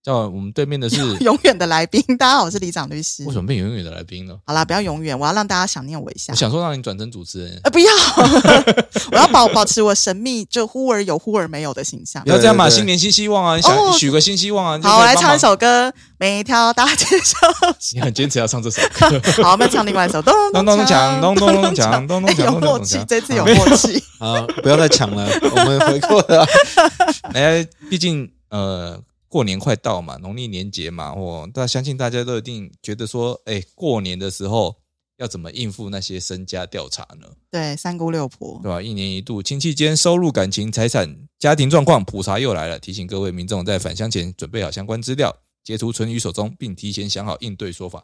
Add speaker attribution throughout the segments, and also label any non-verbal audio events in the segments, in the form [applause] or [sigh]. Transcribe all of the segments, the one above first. Speaker 1: 叫我们对面
Speaker 2: [laughs]
Speaker 1: 的是
Speaker 3: [laughs] 永远的来宾，大家好，我是李长律师
Speaker 1: 为。什么变永远的来宾呢？
Speaker 3: 好啦，不要永远，我要让大家想念我一下
Speaker 1: 我。想说让你转成主持人，
Speaker 3: 呃，不要， [laughs] 我要保保持我神秘，就忽而有忽而没有的形
Speaker 1: [laughs]
Speaker 3: 象
Speaker 1: 不。要这样嘛！
Speaker 2: 对对对
Speaker 1: 新年新希望啊，你想
Speaker 3: 哦
Speaker 1: 许个新希望啊。就可以
Speaker 3: 好，我来
Speaker 1: 帮
Speaker 3: 唱一
Speaker 1: 忙。
Speaker 3: 首歌，每一条大街上。
Speaker 1: 你很坚持要唱这首歌， [laughs]
Speaker 3: 好，我们唱另外一首。咚
Speaker 1: 咚咚
Speaker 3: 咚
Speaker 1: 锵，
Speaker 3: 锵，
Speaker 1: 咚咚咚锵，咚咚
Speaker 3: 哎
Speaker 1: 锵，
Speaker 3: 有
Speaker 1: 咚咚
Speaker 3: 默
Speaker 1: 咚
Speaker 3: 契，
Speaker 1: 锵。[laughs]
Speaker 3: 这次有默契。 [laughs]
Speaker 2: 好，不要再抢了，我们回过了。
Speaker 1: 哎，毕竟呃，过年快到嘛，农历年节嘛，我大相信大家都一定觉得说，哎，过年的时候要怎么应付那些身家调查呢？
Speaker 3: 对，三姑六婆，
Speaker 1: 对吧？一年一度，亲戚间收入、感情、财产、家庭状况普查又来了，提醒各位民众在返乡前准备好相关资料，截图存于手中，并提前想好应对说法。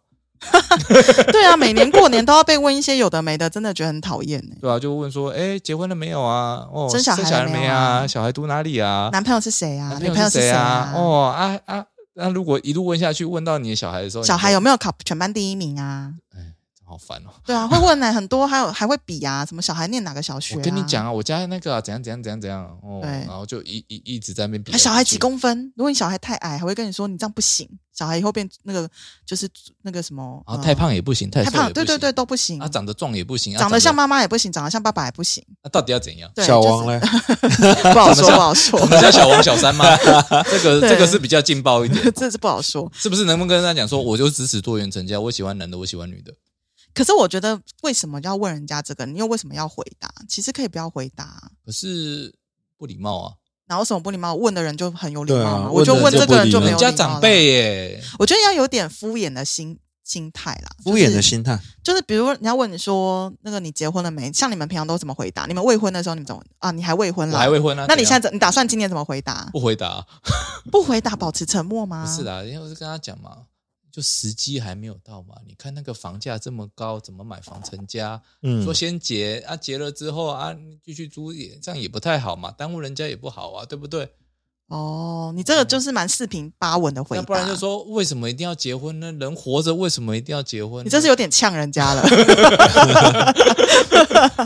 Speaker 3: 对啊，每年过年都要被问一些有的没的，真的觉得很讨厌欸呢。
Speaker 1: 对啊，就问说，哎，结婚了没有啊？哦，
Speaker 3: 生小孩了
Speaker 1: 孩了
Speaker 3: 没有
Speaker 1: 没
Speaker 3: 啊
Speaker 1: 小孩读哪里啊？
Speaker 3: 男朋友是谁啊？
Speaker 1: 男
Speaker 3: 女朋友
Speaker 1: 是
Speaker 3: 是谁
Speaker 1: 啊
Speaker 3: 啊？？
Speaker 1: 哦啊啊！那如果一路问下去，问到你的小孩的时候，
Speaker 3: 小孩有
Speaker 1: 你
Speaker 3: 没有考全班第一名啊？
Speaker 1: 就好烦哦！
Speaker 3: 对啊，会问呢很多，还有还会比啊，什么小孩念哪个小学、啊？
Speaker 1: 我跟你讲啊，我家那个啊怎样怎样怎样怎样哦，
Speaker 3: 对
Speaker 1: 然后就一一一直在那边比
Speaker 3: 还小孩几公分，如果你小孩太矮，还会跟你说你这样不行，小孩以后变那个就是那个什么，
Speaker 1: 啊，
Speaker 3: 呃
Speaker 1: 太胖也不行，太
Speaker 3: 太
Speaker 1: 瘦也
Speaker 3: 胖，
Speaker 1: 不
Speaker 3: 对对
Speaker 1: 行
Speaker 3: 对，都不行。
Speaker 1: 啊，长得壮也不行，啊
Speaker 3: 长得像妈妈也不行，长得像爸爸也不行，
Speaker 1: 那到底要怎样？ [laughs]
Speaker 3: 对，
Speaker 2: 小
Speaker 3: 就
Speaker 2: 王哎
Speaker 3: 是
Speaker 2: 嘞，
Speaker 3: [laughs] 不好说，不好说
Speaker 1: 我，们家小王小三吗？ [laughs] 这个
Speaker 3: 对
Speaker 1: 这个是比较劲爆一
Speaker 3: [laughs]
Speaker 1: 点，
Speaker 3: [laughs] 这是不好说。
Speaker 1: 是不是？能不能跟他讲说，我就支持多元成家，我喜欢男的，我喜欢女的。
Speaker 3: 可是我觉得为什么要问人家这个？你又为什么要回答？其实可以不要回答啊，
Speaker 1: 可是不礼貌啊，
Speaker 3: 然后什么不礼貌？问的人就很有礼
Speaker 2: 对啊
Speaker 3: 貌嘛。我就
Speaker 2: 问
Speaker 3: 问
Speaker 2: 的人
Speaker 3: 这
Speaker 2: 就不
Speaker 3: 个人
Speaker 2: 礼
Speaker 3: 就
Speaker 2: 貌
Speaker 3: 没
Speaker 1: 人
Speaker 3: 有
Speaker 1: 家
Speaker 3: 礼貌
Speaker 1: 长
Speaker 3: 了
Speaker 1: 辈，耶，
Speaker 3: 我觉得要有点敷衍的心心态啦，
Speaker 2: 敷衍的
Speaker 3: 心。
Speaker 2: 心态。
Speaker 3: 就是比如人家问你说那个你结婚了没？像你们平常都怎么回答？你们未婚的时候你们怎么啊？你还未婚
Speaker 1: 我
Speaker 3: 啦？
Speaker 1: 还未婚啊，
Speaker 3: 那
Speaker 1: 怎
Speaker 3: 你
Speaker 1: 样
Speaker 3: 现在怎你打算今年怎么回答？
Speaker 1: 不回答啊？
Speaker 3: 不回答，保持沉默吗？
Speaker 1: 不是啦，因为我是跟他讲嘛，就时机还没有到嘛。你看那个房价这么高，怎么买房成家？
Speaker 2: 嗯
Speaker 1: 说，先结啊，结了之后啊，继续租也这样也不太好嘛，耽误人家也不好啊，对不对？
Speaker 3: 哦，你这个就是蛮四平八稳的回
Speaker 1: 嗯那
Speaker 3: 答，
Speaker 1: 不然就说为什么一定要结婚呢？人活着为什么一定要结婚呢？
Speaker 3: 你这是有点呛人家了。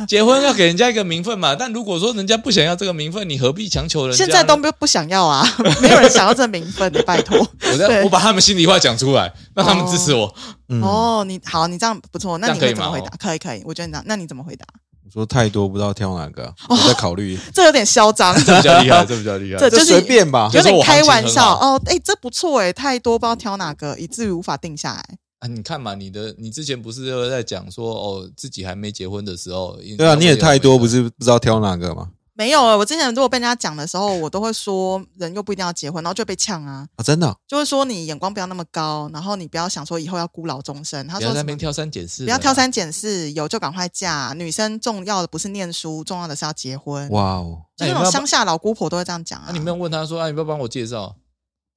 Speaker 1: 结婚要给人家一个名分嘛。但如果说人家不想要这个名分，你何必强求人家呢？
Speaker 3: 现在都不不想要
Speaker 1: [laughs]
Speaker 3: 啊，没有人想要这名分的，拜托。
Speaker 1: 我在
Speaker 3: 对
Speaker 1: 我把他们心里话讲出来，让他们支持我。
Speaker 2: 嗯，
Speaker 3: 哦，你好，你这样不错，那你
Speaker 1: 这样可以
Speaker 3: 会怎么
Speaker 1: 吗哦
Speaker 3: 回答？可以可以，我觉得你这样，那你怎么回答？
Speaker 2: 我说太多，不知道挑哪
Speaker 3: 哦
Speaker 2: 个，我在考
Speaker 3: [laughs]
Speaker 2: 虑。
Speaker 3: 这有点嚣张，
Speaker 1: 这比较厉害，这比较厉害。
Speaker 3: 这就是
Speaker 2: 随便吧。
Speaker 1: 就
Speaker 3: 有
Speaker 1: 是我行
Speaker 3: 点开
Speaker 1: 情
Speaker 3: 玩
Speaker 1: 很
Speaker 3: 笑
Speaker 1: 好
Speaker 3: 哦。哎、这不错哎、太多不知道挑哪个，以至于无法定下来。
Speaker 1: 啊，你看嘛，你的你之前不是有在讲说哦，自己还没结婚的时候，
Speaker 2: 对啊，你也太多，不
Speaker 1: 是？
Speaker 2: 是不知道挑哪个嘛？
Speaker 3: 没有，啊我之前如果被人家讲的时候，我都会说人又不一定要结婚，然后就被呛啊，
Speaker 2: 啊，真的哦，
Speaker 3: 就会说你眼光不要那么高，然后你不要想说以后要孤老终生。他
Speaker 1: 不
Speaker 3: 说
Speaker 1: 要在那
Speaker 3: 什么
Speaker 1: 边挑三拣四，啊
Speaker 3: 不要挑。三拣四，有就赶快嫁。女生重要的不是念书，重要的是要结婚。
Speaker 2: 哇哦，
Speaker 1: 那
Speaker 3: 就那
Speaker 1: 有没有
Speaker 3: 种乡下老姑婆都会这样讲啊。
Speaker 1: 那你没有问他说，啊，你不要帮我介绍？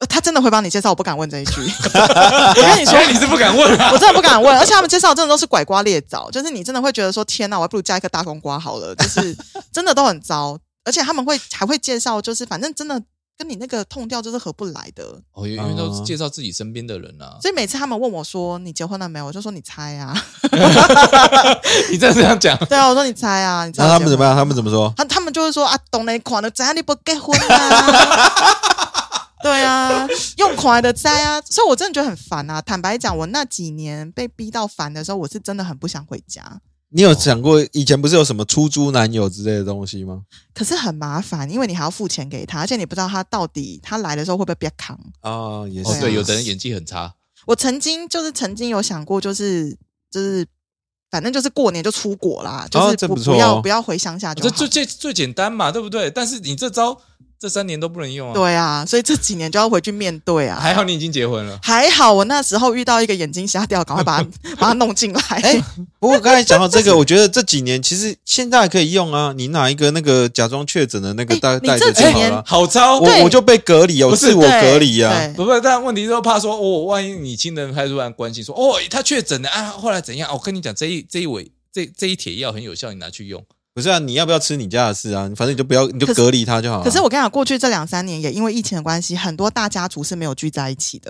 Speaker 3: 呃他真的会帮你介绍，我不敢问这
Speaker 1: [laughs]
Speaker 3: 一句。我跟你说，
Speaker 1: 你是不敢问啊？
Speaker 3: 我真的不敢问，而且他们介绍真的都是拐瓜裂枣，就是你真的会觉得说天哪，我还不如加一个大冬瓜好了，就是真的都很糟，而且他们会还会介绍，就是反正真的跟你那个痛调就是合不来的，
Speaker 1: 哦，因为因为都是介绍自己身边的人
Speaker 3: [laughs]
Speaker 1: 啊。
Speaker 3: 所以每次他们问我说你结婚了没有，我就说你猜啊， [laughs]
Speaker 1: 你再这样讲，
Speaker 3: 对啊，我说你猜啊，你知道
Speaker 2: 那他们怎么
Speaker 3: 样？
Speaker 2: 样？他们怎么说？
Speaker 3: 他他们就会说啊，懂那款的灾你不结婚啊。 [laughs] 对啊，用款的灾啊，所以我真的觉得很烦啊。坦白讲，我那几年被逼到烦的时候，我是真的很不想回家。
Speaker 2: 你有想过以前不是有什么出租男友之类的东西吗？
Speaker 3: 可是很麻烦，因为你还要付钱给他，而且你不知道他到底他来的时候会不会被扛。
Speaker 2: 啊，也
Speaker 1: 哦
Speaker 2: 是，，
Speaker 1: 对，有的人演技很差，
Speaker 3: 我曾经就是曾经有想过，就是就是反正就是过年就出国啦，就
Speaker 2: 哦
Speaker 3: 是
Speaker 2: 这
Speaker 3: 不,、
Speaker 2: 不错哦
Speaker 3: 要不要回乡下就
Speaker 1: 这
Speaker 3: 好
Speaker 1: 最。最最简单嘛，对不对？但是你这招这三年都不能用啊。，
Speaker 3: 对啊，所以这几年就要回去面对啊。
Speaker 1: 还好你已经结婚了。
Speaker 3: 还好我那时候遇到一个眼睛瞎掉，赶快
Speaker 2: [laughs]
Speaker 3: 把它把它弄进来。 [laughs]
Speaker 2: 哎不过刚才讲到
Speaker 1: [laughs]
Speaker 2: 这个，我觉得这几年其实现在还可以用啊。你拿一个那个假装确诊的那个
Speaker 3: 哎
Speaker 2: 带
Speaker 3: 你
Speaker 2: 带着啊
Speaker 3: 这
Speaker 2: 就
Speaker 3: 几
Speaker 2: 好
Speaker 3: 年
Speaker 2: 了。
Speaker 1: 好招，
Speaker 3: 哦对
Speaker 2: 我我就被隔离啊，我
Speaker 1: 不是
Speaker 2: 自我
Speaker 3: 对
Speaker 2: 隔离啊。
Speaker 3: 对
Speaker 1: 不是，但问题就是怕说，哦，万一你亲人他突然关心说，哦，他确诊了啊，后来怎样？哦我跟你讲，这一这一尾这这一帖药很有效，你拿去用。
Speaker 2: 不是啊，你要不要吃你家的事啊？反正你就不要，你就
Speaker 3: 可是
Speaker 2: 隔离他就好了。啊
Speaker 3: 可是我跟你讲，过去这两三年也因为疫情的关系，很多大家族是没有聚在一起的，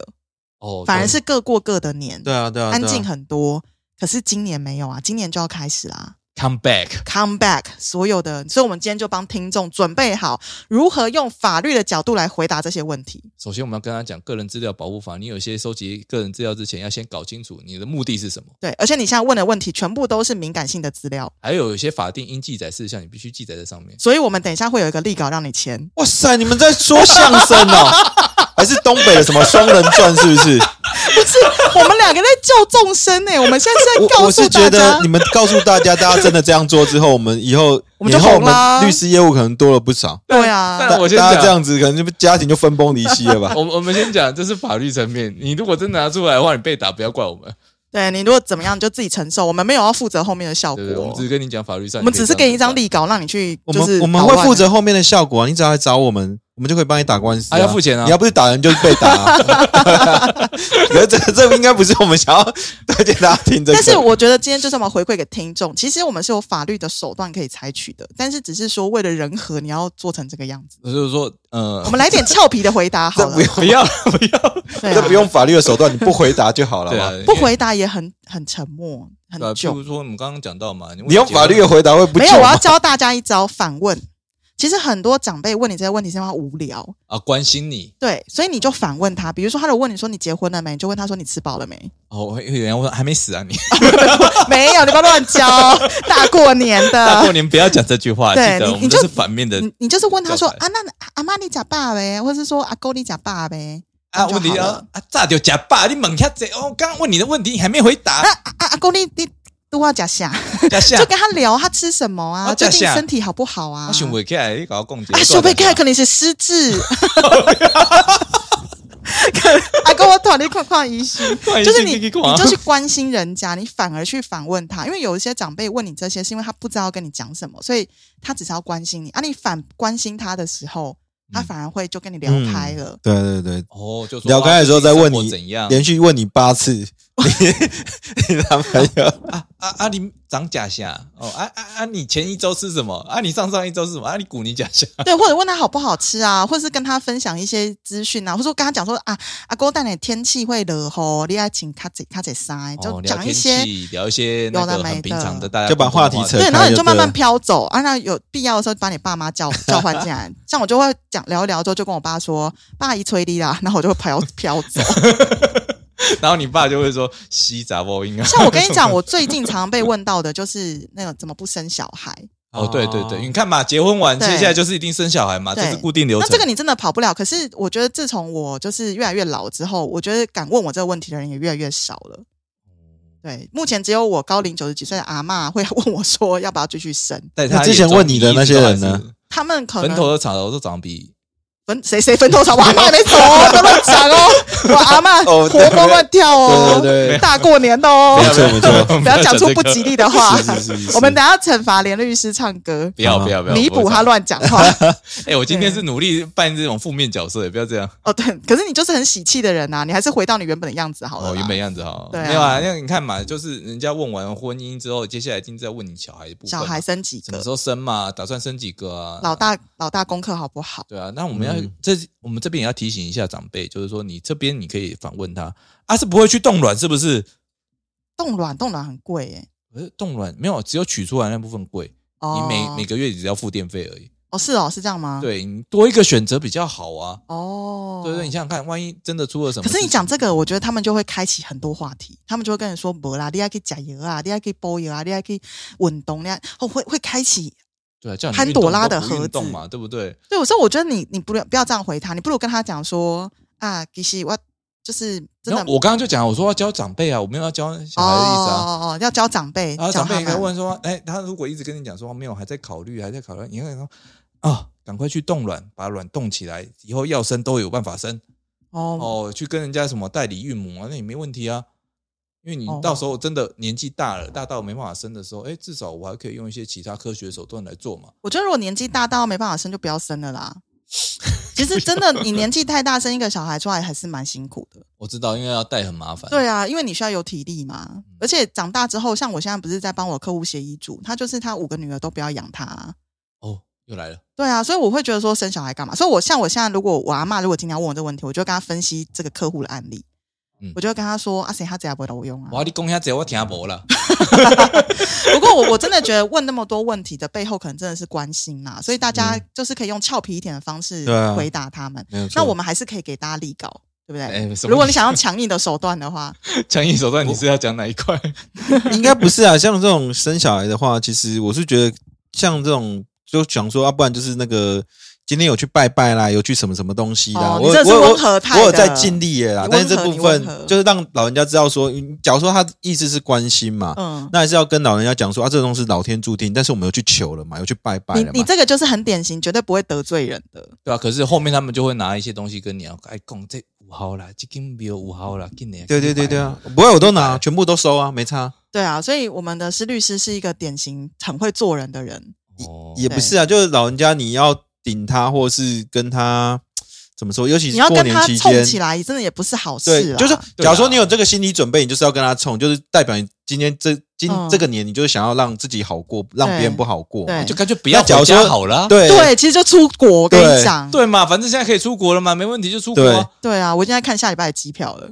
Speaker 1: 哦，
Speaker 3: 反
Speaker 1: 对
Speaker 3: 而是各过各的年，
Speaker 2: 对啊，对啊，对啊
Speaker 3: 安静很多。可是今年没有啊，今年就要开始啦
Speaker 1: come back，
Speaker 3: ，come back，所有的，所以我们今天就帮听众准备好如何用法律的角度来回答这些问题。
Speaker 1: 首先，我们要跟他讲个人资料保护法。你有一些收集个人资料之前，要先搞清楚你的目的是什么。
Speaker 3: 对，而且你现在问的问题全部都是敏感性的资料，
Speaker 1: 还有有一些法定应记载事项，你必须记载在上面。
Speaker 3: 所以我们等一下会有一个例稿让你签。 [laughs]
Speaker 2: 哇塞，你们在说相声哦？还是东北的什么双人转是不是？
Speaker 3: 不是，我们两个在救众生呢、我们现在在
Speaker 2: 我
Speaker 3: [laughs] 告
Speaker 2: 我
Speaker 3: 诉
Speaker 2: 是
Speaker 3: 大
Speaker 2: 觉
Speaker 3: 家
Speaker 2: 得你，们告诉大家，大家真的这样做之后，我们以后
Speaker 3: 我们
Speaker 2: 以
Speaker 3: 就
Speaker 2: 后我
Speaker 3: 红啦
Speaker 2: 们律师业务可能多了不少。
Speaker 3: 对啊
Speaker 1: 但
Speaker 2: 大
Speaker 1: 但我先
Speaker 2: 大家这
Speaker 1: 讲，
Speaker 2: 样子，可能就家庭就分崩离析了吧？
Speaker 1: 我们我们先讲，这是法律层面。你如果真拿出来的话，你被打不要怪我们，
Speaker 3: 对你如果怎么样，你就自己承受。我们没有要负责后面的效果
Speaker 1: 对不对？我们只，是跟你讲法律上，
Speaker 3: 我们只是给你一张
Speaker 1: 例，
Speaker 3: 例稿让你去，
Speaker 2: 啊我
Speaker 3: 就是
Speaker 2: 们我们
Speaker 3: 搞
Speaker 2: 会
Speaker 3: 乱
Speaker 2: 负责后面的效果啊，你只要来找我们，我们就可以帮你打官司。
Speaker 1: 啊要付钱啊
Speaker 2: 你要不是打人就是被打啊。
Speaker 1: [laughs]
Speaker 2: 可是这这应该不是我们想要推荐大家听这个。
Speaker 3: 但是我觉得今天就是我们回馈给听众，其实我们是有法律的手段可以采取的，但是只是说为了人和，你要做成这个
Speaker 1: [laughs]
Speaker 3: 样子。
Speaker 1: 就是说，呃
Speaker 3: 我，们来点俏皮的回答好
Speaker 2: 这
Speaker 3: 了
Speaker 2: 不，
Speaker 1: 不
Speaker 2: 用
Speaker 1: 要不要，
Speaker 3: 对啊
Speaker 2: 这不用法律的手段，你不回答就好了
Speaker 1: 对
Speaker 2: 嘛。
Speaker 1: 啊，
Speaker 3: [laughs] 不回答也很很沉默
Speaker 1: 对啊，
Speaker 3: 很
Speaker 1: 譬
Speaker 3: 久。
Speaker 1: 如说我们刚刚讲到嘛，你
Speaker 2: 你用法律的回答会不
Speaker 3: 没
Speaker 2: 久
Speaker 3: 有，我要
Speaker 2: 吗
Speaker 3: 教大家一招反问。其实很多长辈问你这些问题是因为他无聊，
Speaker 1: 啊关心你
Speaker 3: 对，所以你就反问他，比如说他如果问你说你结婚了没，你就问他说你吃饱了没？
Speaker 1: 哦，我有人问还没死啊
Speaker 3: [laughs]
Speaker 1: 你，
Speaker 3: 没有，你不要乱教，哦大过年
Speaker 1: 大过
Speaker 3: 的。
Speaker 1: 年不要讲这句话，记
Speaker 3: 对
Speaker 1: 得
Speaker 3: 你
Speaker 1: 我们
Speaker 3: 你
Speaker 1: 这
Speaker 3: 就是
Speaker 1: 反面的
Speaker 3: 你你就是问他说
Speaker 1: 教材
Speaker 3: 啊，那阿妈你假爸呗，或是说阿公你假爸呗，
Speaker 1: 啊，
Speaker 3: 就
Speaker 1: 问题
Speaker 3: 好
Speaker 1: 啊
Speaker 3: 了
Speaker 1: 啊，炸掉假爸，你猛下贼哦！刚刚问你的问题，你还没回答
Speaker 3: [laughs] 啊，啊阿公你你都要假啥？
Speaker 1: 假下
Speaker 3: 就。跟他聊他吃什么啊，
Speaker 1: 啊
Speaker 3: 最近
Speaker 1: 吃啥
Speaker 3: 身体好不好啊？
Speaker 1: 我想袂起来，你搞我讲一下
Speaker 3: 啊，小贝盖可能是失
Speaker 1: [laughs]
Speaker 3: 智。阿公，我团你看看医生，
Speaker 1: [laughs] 看医生
Speaker 3: 就是你，
Speaker 1: 去
Speaker 3: 你
Speaker 1: 去看啊
Speaker 3: 就是关心人家，你反而去反问他，因为有一些长辈问你这些，是因为他不知道跟你讲什么，所以他只是要关心你。啊，你反关心他的时
Speaker 1: 嗯
Speaker 3: 候，他反而会就跟你聊开了。
Speaker 2: 对对对，
Speaker 1: [laughs] 哦，就说
Speaker 2: 聊开的时候再问你
Speaker 1: 啊最近生活怎样
Speaker 2: 连续问你八次，你 [laughs] 你男朋友
Speaker 1: 啊啊啊！你长假下哦啊啊啊！你前一周吃什么啊？你上上一周是什么啊？你骨你假下
Speaker 3: [laughs] 对，或者问他好不好吃啊，或者是跟他分享一些资讯啊，或者我跟他讲说啊，阿公带你天气会热吼，你要请卡姐卡姐塞，就
Speaker 1: 哦
Speaker 3: 讲
Speaker 1: 聊
Speaker 3: 一
Speaker 1: 天
Speaker 3: 些
Speaker 1: 气聊一些那
Speaker 3: 有
Speaker 1: 个
Speaker 3: 的没
Speaker 1: 很
Speaker 3: 的
Speaker 1: 平常的，大家
Speaker 2: 就把
Speaker 1: 共同
Speaker 2: 话题扯
Speaker 1: 话
Speaker 3: 对，然后你就慢
Speaker 2: 对
Speaker 3: 慢
Speaker 2: 了
Speaker 3: 飘走啊。那有必要的时候，把你爸妈叫
Speaker 1: [laughs]
Speaker 3: 叫唤进来。像我就会讲聊一聊之后，就跟我爸说：“爸，一催你啦。”然后我就会飘飘走。
Speaker 1: [laughs] 题然后你爸就会说西杂波音啊。
Speaker 3: 像我跟
Speaker 1: [laughs]
Speaker 3: 你讲，我最近常被问到的就是那个怎么不生小孩？
Speaker 1: 哦，对对对，你看嘛，结婚完接
Speaker 3: 对
Speaker 1: 下来就是一定生小孩嘛，这
Speaker 3: 对
Speaker 1: 是固定流
Speaker 3: 那
Speaker 1: 程。
Speaker 3: 这个你真的跑不了。可是我觉得自从我就是越来越老之后，我觉得敢问我这个问题的人也越来越少了。对，目前只有我高龄九十几岁的阿嬷会问我说要不要继续生，
Speaker 1: 在他
Speaker 2: 那之前
Speaker 1: 眼中
Speaker 2: 问你的那些人
Speaker 1: 你一直
Speaker 2: 呢
Speaker 1: 都还是
Speaker 3: 他们可
Speaker 1: 坟
Speaker 3: 能
Speaker 1: 头的长头都长得比
Speaker 3: 坟谁谁坟头草，我阿妈还没走哦，不要乱讲哦，
Speaker 2: [laughs]
Speaker 3: 我阿妈
Speaker 2: 哦
Speaker 3: 活蹦乱跳哦，
Speaker 2: 对对对
Speaker 3: 大过年的哦
Speaker 2: 没，错没错，
Speaker 1: [laughs] 不
Speaker 3: [laughs] 不要讲出不吉利的
Speaker 2: [laughs]
Speaker 3: 话
Speaker 2: 是。是是是，
Speaker 3: 我们等下惩罚连律师唱歌，
Speaker 1: 不要不要不要
Speaker 3: 弥补他
Speaker 1: 了。
Speaker 3: 乱讲
Speaker 2: [laughs]
Speaker 3: 话。
Speaker 1: 哎、我今天是努力扮这种负面角色，也不要这样。
Speaker 3: 哦，对，可是你就是很喜气的人啊呐，你还是回到你原本的样子好了啦。
Speaker 1: 哦，原本样子哈，
Speaker 3: 对啊
Speaker 1: 没有啊。那你看嘛，就是人家问完婚姻之后，接下来一定在问你小孩的部分
Speaker 3: 小
Speaker 1: 嘛，
Speaker 3: 孩生几
Speaker 1: 什么
Speaker 3: 个
Speaker 1: 时，候生嘛，打算生几个啊？
Speaker 3: 老大老大功课好不好？
Speaker 1: 对啊，那我们要、
Speaker 2: 嗯
Speaker 1: 这我们这边也要提醒一下长辈，就是说你这边你可以反问他啊，是不会去冻卵是不是？
Speaker 3: 冻卵冻卵很贵耶。
Speaker 1: 可是冻卵没有，只有取出来那部分贵，
Speaker 3: 哦，
Speaker 1: 你每每个月只要付电费而已。
Speaker 3: 哦是哦是这样吗？
Speaker 1: 对你多一个选择比较好啊。
Speaker 3: 哦，
Speaker 1: 对对，你想想看，万一真的出了什么
Speaker 3: 可
Speaker 1: 事情，
Speaker 3: 是你讲这个，我觉得他们就会开启很多话题，他们就会跟人说：“不啦，你还可以加油啊，你还可以包油啊，你还可以运动，你还哦会会开启。
Speaker 1: 对啊，叫你
Speaker 3: 潘
Speaker 1: 运动
Speaker 3: 朵拉
Speaker 1: 都
Speaker 3: 的
Speaker 1: 不运
Speaker 3: 盒
Speaker 1: 动
Speaker 3: 子
Speaker 1: 嘛，对不对？”
Speaker 3: 对，我说我觉得你你不不要这样回他，你不如跟他讲说啊，其实我就是真
Speaker 1: 然
Speaker 3: 的
Speaker 1: 后我刚刚就讲，我说要教长辈啊，我没有要教小孩的意思啊。
Speaker 3: 哦哦哦，要教长辈，
Speaker 1: 然后
Speaker 3: 教
Speaker 1: 长
Speaker 3: 他
Speaker 1: 辈应该
Speaker 3: 们。
Speaker 1: 哦问说：“哎，他如果一直跟你讲说没有，还在考虑，还在考虑，你看说啊，赶快去冻卵，把卵冻起来，以后要生都有办法生。
Speaker 3: 哦，
Speaker 1: 哦，去跟人家什么代理孕母啊，那也没问题啊。因为你
Speaker 3: 哦
Speaker 1: 到时候真的年纪大了，大到没办法生的时候，哎，至少我还可以用一些其他科学手段来做嘛。
Speaker 3: 我觉得如果年纪大到没办法生，就不要生了啦。 [laughs] 其实真的，你年纪太大，生一个小孩出来还是蛮辛苦的。
Speaker 1: 我知道，因为要带很麻烦。
Speaker 3: 对啊，因为你需要有体力嘛。而且长大之后，像我现在不是在帮我客户写遗嘱，他就是他五个女儿都不要养他啊、
Speaker 1: 哦，又来了，
Speaker 3: 对啊，所以我会觉得说生小孩干嘛？所以我像我现在，如果我阿妈如果经常问我这个问题，我就跟她分析这个客户的案例。
Speaker 1: 嗯
Speaker 3: 我就跟她说：“啊，谁他这样不会我用啊
Speaker 1: 哇，你讲下这我听无 [laughs] 啦。？”
Speaker 3: 不过我我真的觉得问那么多问题的背后，可能真的是关心啦。所以大家就是可以用俏皮一点的方式
Speaker 2: 对啊
Speaker 3: 回答他们。
Speaker 2: 没有错
Speaker 3: 那我们还是可以给大家立稿，对不对？
Speaker 1: 哎什么
Speaker 3: 如果你想用强硬的手段
Speaker 2: [laughs]
Speaker 3: 的话，
Speaker 1: 强硬手段，你是要讲哪一块？
Speaker 3: [laughs]
Speaker 2: 应该不是啊。像这种生小孩的话，其实我是觉得，像这种就想说，啊要不然就是那个今天有去拜拜啦，有去什么什么东西啦。
Speaker 3: 哦
Speaker 2: 我
Speaker 3: 你这是
Speaker 2: 我我
Speaker 3: 温和派的
Speaker 2: 我有在尽力了啦，
Speaker 3: 你温
Speaker 2: 但是
Speaker 3: 和
Speaker 2: 这部
Speaker 3: 你温和
Speaker 2: 分就是让老人家知道说，嗯假如说他意思是关心嘛，
Speaker 3: 嗯，
Speaker 2: 那还是要跟老人家讲说啊，这东西老天注定，但是我们有去求了嘛，有去拜拜
Speaker 3: 你
Speaker 2: 了
Speaker 3: 你
Speaker 2: 嘛。
Speaker 3: 这个就是很典型，绝对不会得罪人的。
Speaker 1: [laughs] 对啊，可是后面他们就会拿一些东西跟你啊，哎，讲这五号啦，这间庙五号啦，今年
Speaker 2: 对对对对啊，不会我都拿，全部都收啊，没差。
Speaker 3: 对啊，所以我们的施律师是一个典型很会做人的人。
Speaker 1: 哦，
Speaker 2: 也不是啊，就是老人家你要顶他，或是跟他怎么说，尤其
Speaker 3: 你
Speaker 2: 是
Speaker 3: 要
Speaker 2: 过
Speaker 3: 跟
Speaker 2: 年
Speaker 3: 他
Speaker 2: 期
Speaker 3: 冲
Speaker 2: 间，
Speaker 3: 起来，真的也不是好事
Speaker 2: 对，
Speaker 3: 啊。
Speaker 2: 就是
Speaker 1: 对
Speaker 2: 假如说
Speaker 1: 啦
Speaker 2: 你有这个心理准备，你就是要跟他冲，就是代表你今天这今、
Speaker 3: 嗯
Speaker 2: 这个年，你就是想要让自己好过，让别人不好过嘛。
Speaker 3: 对
Speaker 1: 哎就干脆不要
Speaker 2: 那假
Speaker 1: 回
Speaker 2: 如
Speaker 1: 家
Speaker 2: 说
Speaker 1: 好了啊。
Speaker 2: 对
Speaker 3: 对，其实就出国，我跟你讲，
Speaker 1: 对嘛，反正现在可以出国了嘛，没问题就出国啊。
Speaker 3: 对啊，我现在看下礼拜的机票了，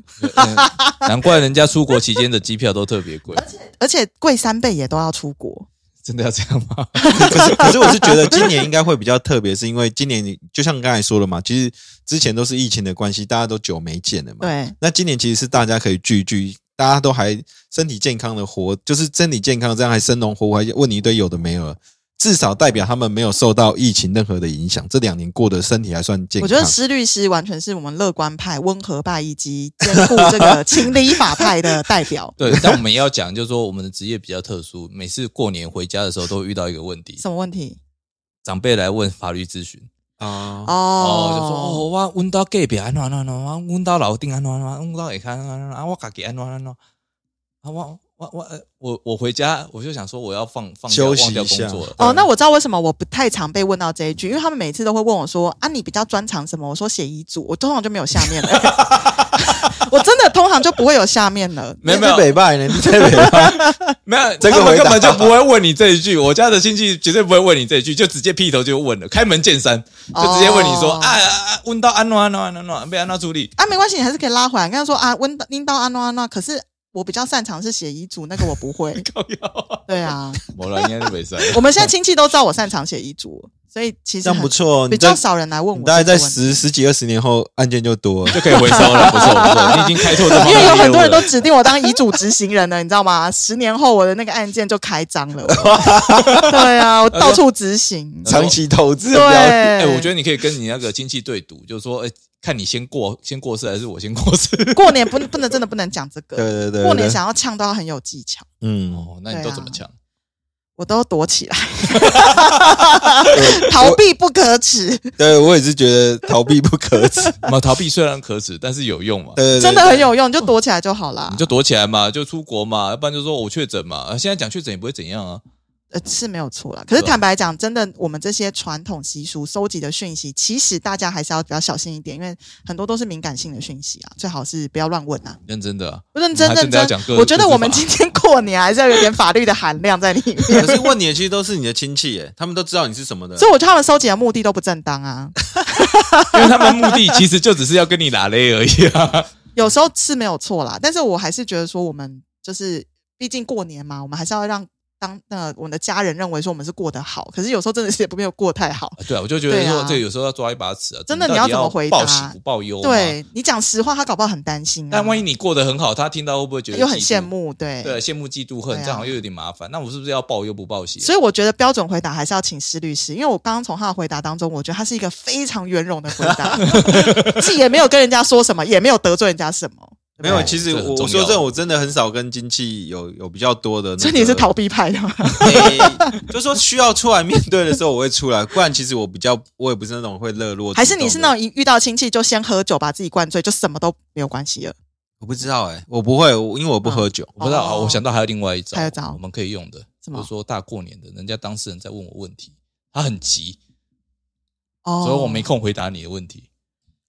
Speaker 1: 难怪人家出国期间的机票都特别 [laughs] 贵，
Speaker 3: 而且贵三倍也都要出国。
Speaker 1: 真的要这样吗？。
Speaker 2: [laughs] 可是可是我是觉得今年应该会比较特别，是因为今年你就像刚才说了嘛，其实之前都是疫情的关系，大家都久没见了嘛。
Speaker 3: 对，
Speaker 2: 那今年其实是大家可以聚一聚，大家都还身体健康的活，就是身体健康这样还生龙活虎，还问你一堆有的没有的，至少代表他们没有受到疫情任何的影响，这两年过得身体还算健
Speaker 3: 我
Speaker 2: 康。
Speaker 3: 觉得施律师完全是我们乐观派、温和派以及兼顾这个 [laughs] 情理法派的代表
Speaker 1: 对，但我们也要讲，就是说我们的职业比较特殊，每次过年回家的时候都会遇到一个问题，
Speaker 3: 什么问
Speaker 2: [laughs]
Speaker 3: 题？
Speaker 1: 长辈来问法律咨询，
Speaker 2: 啊
Speaker 3: 哦，
Speaker 1: 哦，就说哦，我问到隔壁安怎安怎安怎，我问到楼顶安怎安怎，问到下安怎安怎，啊，我家己安怎安怎，啊，我我我呃我我回家我就想说我要放放掉
Speaker 2: 休息
Speaker 1: 忘掉
Speaker 2: 一下
Speaker 1: 工
Speaker 2: [laughs]
Speaker 1: 作了，
Speaker 3: 哦，那我知道为什么我不太常被问到这一句，因为他们每次都会问我说：“啊，你比较专长什么？”我说写遗嘱，我通常就没有下面了。 [laughs] 我真的通常就不会有下面了。
Speaker 1: 没有没
Speaker 2: 在
Speaker 1: 有
Speaker 2: 北拜呢，你在北 [laughs] 拜，
Speaker 1: 没有，
Speaker 2: 这个
Speaker 1: 他们
Speaker 2: 回
Speaker 1: 根
Speaker 2: 答 [laughs]
Speaker 1: 本就不会问你这一句。我家的亲戚绝对不会问你这一句，就直接劈头就问了，开门见山，就直接问你说、
Speaker 3: 哦
Speaker 1: 啊啊，啊问到安诺安诺安诺安诺被安诺处理。
Speaker 3: 啊，没关系，你还是可以拉回来。跟他说啊，温到拎到安诺安诺，可是我比较擅长是写遗嘱，那个我不
Speaker 2: [laughs]
Speaker 3: 会。
Speaker 1: 靠腰，
Speaker 3: 对啊，
Speaker 1: 没了，应该是没事。 [laughs]
Speaker 3: 我们现在亲戚都知道我擅长写遗嘱，所以其实
Speaker 2: 这样
Speaker 3: 很
Speaker 2: 不错哦。
Speaker 3: 比
Speaker 2: 你
Speaker 3: 较
Speaker 2: 在
Speaker 3: 少人来问
Speaker 2: 你
Speaker 3: 我
Speaker 2: 大概
Speaker 3: 这个
Speaker 2: 在
Speaker 3: 问题。
Speaker 2: 十十几二十年后，案件就多了。
Speaker 1: 就可以回收了，不错不错，你已经开拓这方
Speaker 3: 因
Speaker 1: 面的业
Speaker 3: 为
Speaker 1: 务了。
Speaker 3: 有很多人都指定我当遗嘱执行人了，你知道吗？十年后我的那个案件就开张
Speaker 2: [laughs]
Speaker 3: 了。对啊，我到处执行。
Speaker 2: [laughs] 长期投资的
Speaker 3: 对，
Speaker 2: 标的，
Speaker 1: 哎、我觉得你可以跟你那个亲戚对赌，就是说，哎、看你先过先过世还是我先过世？ [laughs]
Speaker 3: [laughs] 过年不不能真的不能讲这
Speaker 2: 对
Speaker 3: 个，
Speaker 2: 对对对，
Speaker 3: 过年想要呛都要很有技巧，
Speaker 2: 嗯，
Speaker 1: 哦，那你
Speaker 3: 啊
Speaker 1: 都怎么抢？
Speaker 3: 我都躲起来， [laughs] 逃避不可耻，
Speaker 2: 对我也是觉得逃避不可
Speaker 3: [laughs]
Speaker 2: 耻，
Speaker 1: 那、逃避虽然可耻，但是有用嘛。
Speaker 2: 对对对
Speaker 3: 真的很有用，你就躲起来就好啦
Speaker 1: 你。就躲起来嘛，就出国嘛，要不然就说我确诊嘛。啊现在讲确诊也不会怎样啊。
Speaker 3: 呃，是没有错啦。可是
Speaker 1: 对啊
Speaker 3: 坦白讲，真的，我们这些传统习俗收集的讯息，其实大家还是要比较小心一点，因为很多都是敏感性的讯息啊，最好是不要乱问啊。
Speaker 1: 认真的啊、
Speaker 3: 认真
Speaker 1: 还真
Speaker 3: 认
Speaker 1: 的要
Speaker 3: 真
Speaker 1: 讲各，
Speaker 3: 我觉得我们
Speaker 1: 各自
Speaker 3: 今天过年还是要有点法律的含量在里
Speaker 1: [laughs]
Speaker 3: 面，
Speaker 2: 可是问你的其实都是你的亲戚耶，他们都知道你是什么的
Speaker 3: 所以我觉得他们收集的目的都不正当啊。
Speaker 1: 因为他们目的其实就只是要跟你拉勒而已啊。 [laughs]
Speaker 3: 有时候是没有错啦，但是我还是觉得说，我们就是毕竟过年嘛，我们还是要让当呃我们的家人认为说我们是过得好，可是有时候真的是也没有过太好。
Speaker 1: 对啊，我就觉得
Speaker 3: 对
Speaker 1: 说
Speaker 3: 啊
Speaker 1: 这个有时候要抓一把尺啊。
Speaker 3: 真的
Speaker 1: 到底
Speaker 3: 你要怎么回答
Speaker 1: 报喜不报忧。，
Speaker 3: 对你讲实话，他搞不好很担心、啊，
Speaker 1: 但万一你过得很好，他听到会不会觉得
Speaker 3: 又很
Speaker 1: 嫉妒
Speaker 3: 羡？慕，对
Speaker 1: 对，羡慕嫉妒
Speaker 3: 对
Speaker 1: 恨，
Speaker 3: 啊
Speaker 1: 这样好像又有点麻烦。那我是不是要报忧不报喜啊？
Speaker 3: 所以我觉得标准回答还是要请施律师，因为我刚刚从他的回答当中，我觉得他是
Speaker 1: [laughs]
Speaker 3: 一个非常圆融的回答，既也没有跟人家说什么，也没有得罪人家什么。对
Speaker 2: 没
Speaker 3: 不对
Speaker 2: 有，其实
Speaker 1: 这很
Speaker 2: 我
Speaker 1: 重
Speaker 2: 我说
Speaker 1: 要
Speaker 2: 真的，我真的很少跟经济有有比较多的、那个。
Speaker 3: 所以你
Speaker 2: [laughs]
Speaker 3: 是逃避派的吗？
Speaker 2: 欸就说需要出来面对的时候，我会出来。不然其实我比较，我也不是那种会热络。
Speaker 3: 还是你是那
Speaker 2: 种？
Speaker 3: 种一遇到亲戚就先喝酒把自己灌醉，就什么都没有关系了？
Speaker 2: 我不知道哎、我不会，我因为我不喝酒。
Speaker 1: 我不知道啊，
Speaker 3: 哦
Speaker 1: 我想到还有另外一招，
Speaker 3: 还有一招
Speaker 1: 我们可以用的，
Speaker 3: 什么
Speaker 1: 就是说大过年的，人家当事人在问我问题，他很急，
Speaker 3: 哦，
Speaker 1: 所以我没空回答你的问题。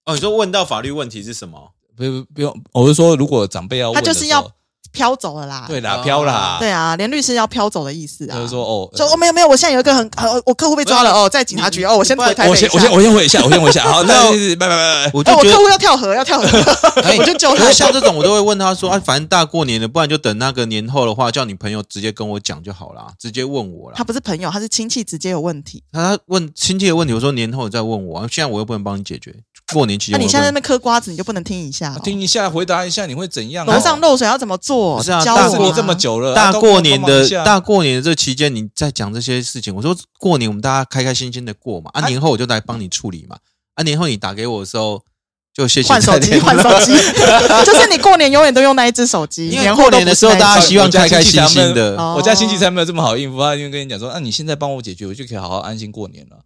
Speaker 2: 哦，你说问到法律问题是什么？
Speaker 1: 不不不用，我是说，如果长辈要问
Speaker 3: 他
Speaker 1: 的时候，
Speaker 3: 就是要飘走了啦。
Speaker 1: 对啦，
Speaker 2: 哦
Speaker 1: 飘啦，
Speaker 3: 对啊，连律师要飘走的意思啊。
Speaker 1: 就是说哦，
Speaker 3: 说哦没有没有，我现在有一个很呃我客户被抓了哦，在警察局哦，我先
Speaker 2: 不然
Speaker 3: 回台北
Speaker 1: 我
Speaker 3: 一
Speaker 1: 先
Speaker 3: 下
Speaker 1: 我先我先回一下，我先回一下，
Speaker 3: [laughs]
Speaker 1: 好，那
Speaker 2: 没
Speaker 1: 拜拜拜拜。
Speaker 2: 我就
Speaker 3: 哎，我
Speaker 2: 觉
Speaker 3: 客
Speaker 2: 得，
Speaker 3: 户要跳河要跳河， [laughs]
Speaker 2: 哎
Speaker 3: 我就救
Speaker 2: 可
Speaker 3: 他
Speaker 2: 是。像这种，我都会问他说：“啊，反正大过年的，不然就等那个年后的话，叫你朋友直接跟我讲就好啦，直接问我啦。
Speaker 3: 他不是朋友，他是亲戚，直接有问题。
Speaker 2: 他”他问亲戚的问题，我说年后再问我、啊，现在我又不能帮你解决。过年期
Speaker 3: 那
Speaker 2: 间我
Speaker 3: 啊你
Speaker 2: 又不
Speaker 3: 现
Speaker 2: 能，
Speaker 3: 在在那边嗑瓜子，你就不能听一下哦？
Speaker 1: 听一下，回答一下，你会怎样？
Speaker 3: 楼上漏水要怎么做？
Speaker 2: 不是啊
Speaker 3: 教
Speaker 1: 但
Speaker 2: 大
Speaker 1: 是
Speaker 3: 我
Speaker 1: 你
Speaker 3: 啊
Speaker 1: 这么久了，
Speaker 2: 大
Speaker 1: 啊
Speaker 2: 过年的、，
Speaker 1: 都
Speaker 2: 大过年的这期间，你在讲这些事情，我说过年我们大家开开心心的过嘛，啊，
Speaker 1: 哎
Speaker 2: 年后我就来帮你处理嘛，啊，年后你打给我的时候就谢谢
Speaker 3: 换手
Speaker 2: [laughs]
Speaker 3: 机，
Speaker 2: 再联络
Speaker 3: 换手机，就是你过年永远都用那一只手机，
Speaker 2: 因为
Speaker 3: 年
Speaker 2: 过
Speaker 3: 后都
Speaker 2: 年的
Speaker 3: 不
Speaker 2: 时
Speaker 3: 是
Speaker 2: 候
Speaker 3: 那一只
Speaker 2: 大家希望
Speaker 1: 我家
Speaker 2: 开开
Speaker 1: 亲戚
Speaker 2: 心
Speaker 1: 他
Speaker 2: 心
Speaker 1: 们
Speaker 2: 的，
Speaker 3: 哦
Speaker 1: 我家亲戚才没有这么好应付，他因为跟你讲说，啊，你现在帮我解决，我就可以好好安心过年了。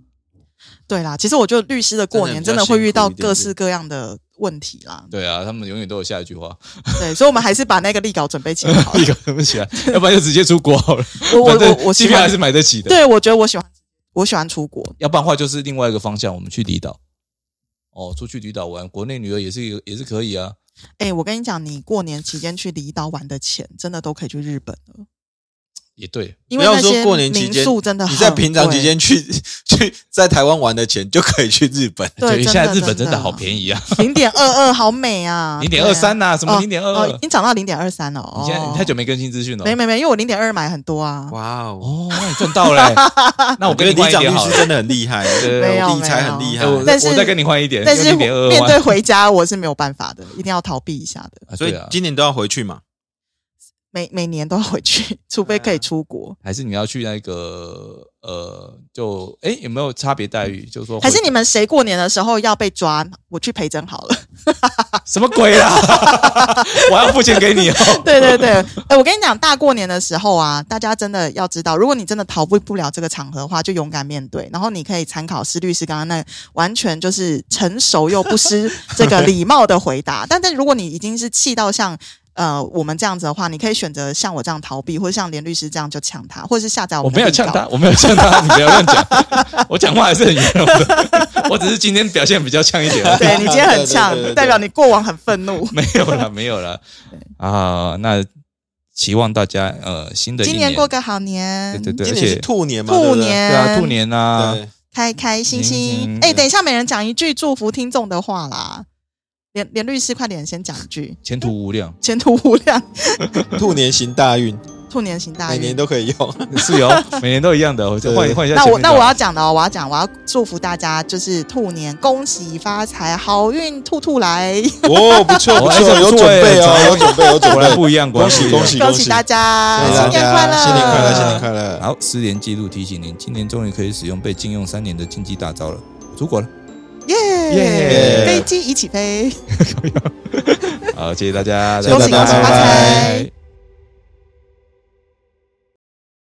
Speaker 3: 对啦。其实我觉得律师的过年真
Speaker 2: 真的
Speaker 3: 的
Speaker 2: 比较
Speaker 3: 会遇到
Speaker 2: 辛苦一点
Speaker 3: 各式各样的问题啦。
Speaker 1: 对啊，他们永远都有下一句话，
Speaker 3: 对，所以我们还是把那个立稿准备起来
Speaker 2: [laughs]
Speaker 3: 好了。
Speaker 1: 立刻 [laughs] 对不起来，要不然就直接出国好了。
Speaker 3: [laughs] 我我
Speaker 1: 反正
Speaker 3: 我我
Speaker 1: 机
Speaker 3: 喜
Speaker 1: 票还
Speaker 3: 欢
Speaker 1: 是，买得起的。
Speaker 3: 对我觉得我喜欢，我喜欢出国。
Speaker 1: 要不然的话就是另外一个方向，我们去离岛。哦，出去离岛玩，国内旅游也是一个也是可以啊。
Speaker 3: 哎，我跟你讲，你过年期间去离岛玩的钱，真的都可以去日本了，
Speaker 1: 也对，
Speaker 3: 因
Speaker 2: 不
Speaker 3: 为
Speaker 2: 要
Speaker 3: 那
Speaker 2: 说
Speaker 3: 些
Speaker 2: 过年期
Speaker 3: 民
Speaker 2: 间
Speaker 3: 宿真的
Speaker 2: 你在
Speaker 3: 很
Speaker 2: 平常期
Speaker 3: 贵
Speaker 2: 间去去在台湾玩的钱就可以去日本，
Speaker 3: 对，
Speaker 1: 现在日本
Speaker 3: 真
Speaker 1: 真的好便
Speaker 3: 宜，
Speaker 1: 宜啊，
Speaker 3: 零点二二好美 [laughs] 啊，
Speaker 1: 零点二三呐，什么
Speaker 3: 哦
Speaker 1: 零点二
Speaker 3: 对啊。
Speaker 1: 二
Speaker 3: 哦，已，经涨到零点二三了。哦，
Speaker 1: 你现在你太久没更新资讯了。
Speaker 3: 没没没，因为我零点二买很多啊。
Speaker 2: 哇哦！
Speaker 1: 哦，那你赚到
Speaker 3: [laughs]
Speaker 1: 嘞、那
Speaker 2: 那
Speaker 1: 我
Speaker 2: 觉
Speaker 1: 跟
Speaker 2: 得
Speaker 1: 你换一
Speaker 2: 李长
Speaker 1: 点
Speaker 2: 律
Speaker 1: 好
Speaker 2: 师
Speaker 1: 了。
Speaker 2: 真的很厉害，
Speaker 1: 对
Speaker 3: 没有啊
Speaker 2: 理财很厉害
Speaker 1: 哎，我
Speaker 3: 但是
Speaker 1: 我再跟你换一点，啊
Speaker 3: 但是
Speaker 1: 用0.22
Speaker 3: 面对
Speaker 1: 换
Speaker 3: 回家，我是没有办法的， [laughs] 一定要逃避一下的。
Speaker 1: 啊
Speaker 2: 所以
Speaker 1: 对啊
Speaker 2: 今年都要回去嘛。
Speaker 3: 每每年都要回去，除非可以出国，
Speaker 1: 还是你要去那个呃，就哎有没有差别待遇？就是说
Speaker 3: 还是你们谁过年的时候要被抓，我去陪诊好了。
Speaker 1: 什么鬼啦？我还要付钱给你哦。
Speaker 3: [laughs] 对对对，哎、我跟你讲，大过年的时候啊，大家真的要知道，如果你真的逃避不了这个场合的话，就勇敢面对。然后你可以参考施律师刚刚那完全就是成熟又不失这个礼貌的回答。 [laughs] 但但如果你已经是气到像。呃，我们这样子的话，你可以选择像我这样逃避，或者像连律师这样就呛他，或者是下载我
Speaker 1: 我
Speaker 3: 们
Speaker 1: 没有
Speaker 3: 的力道
Speaker 1: 呛他，我没有呛他，你不要乱讲。我讲话还是很圆融的，我只是今天表现比较呛一点而已。
Speaker 3: 对你今天很
Speaker 2: 对对对
Speaker 3: 呛，
Speaker 2: 对
Speaker 3: 代表你过往很愤怒。
Speaker 1: 没有啦，没有啦。啊，那期望大家呃新的一
Speaker 3: 今年过个好年，
Speaker 1: 对对对，
Speaker 2: 今
Speaker 1: 而
Speaker 2: 年是
Speaker 1: 且
Speaker 2: 兔年嘛，对
Speaker 3: 兔
Speaker 2: 不对
Speaker 1: 对
Speaker 3: 年，
Speaker 1: 啊，兔年啊，
Speaker 2: 对，
Speaker 3: 开开心
Speaker 1: 嗯
Speaker 3: 心
Speaker 1: 嗯。
Speaker 3: 哎，等一下，每人讲一句祝福听众的话啦。连连律师，快点先讲一句，
Speaker 1: 前途无量。
Speaker 3: 前途无量，
Speaker 2: 兔年行大运，
Speaker 3: 兔年行大
Speaker 2: 每年
Speaker 3: 运。
Speaker 2: 都可以用。
Speaker 1: 是有，每年都一样的，我就换
Speaker 2: 对
Speaker 1: 换一下
Speaker 3: 那
Speaker 1: 前
Speaker 3: 我
Speaker 1: 面的。
Speaker 3: 那我要讲的哦，我要讲，我要祝福大家，就是兔年恭喜发财，好运兔兔来，
Speaker 2: 哦，不 [laughs] 错不
Speaker 1: [laughs] 哦哎
Speaker 2: 错，
Speaker 1: 这
Speaker 2: 有
Speaker 1: 不
Speaker 2: 准
Speaker 1: 错哎
Speaker 2: 备哦，有准备有
Speaker 1: 果然
Speaker 2: 准备。
Speaker 1: 不一样，果然
Speaker 2: 恭喜
Speaker 1: 不一样
Speaker 2: 恭喜
Speaker 3: [laughs] 恭喜大家，
Speaker 2: 谢谢
Speaker 3: 哎新
Speaker 2: 大
Speaker 3: 年
Speaker 2: 家
Speaker 3: 快乐，
Speaker 2: 新年快乐，新年快乐。
Speaker 1: 好，失联记录提醒您，今年终于可以使用被禁用三年的禁忌大招了，我出国了。
Speaker 3: 耶！
Speaker 1: 耶
Speaker 3: 飞机一起飞。
Speaker 1: 好，谢谢大家，
Speaker 2: 谢谢大家
Speaker 1: 拜
Speaker 2: 拜
Speaker 1: 拜
Speaker 3: 拜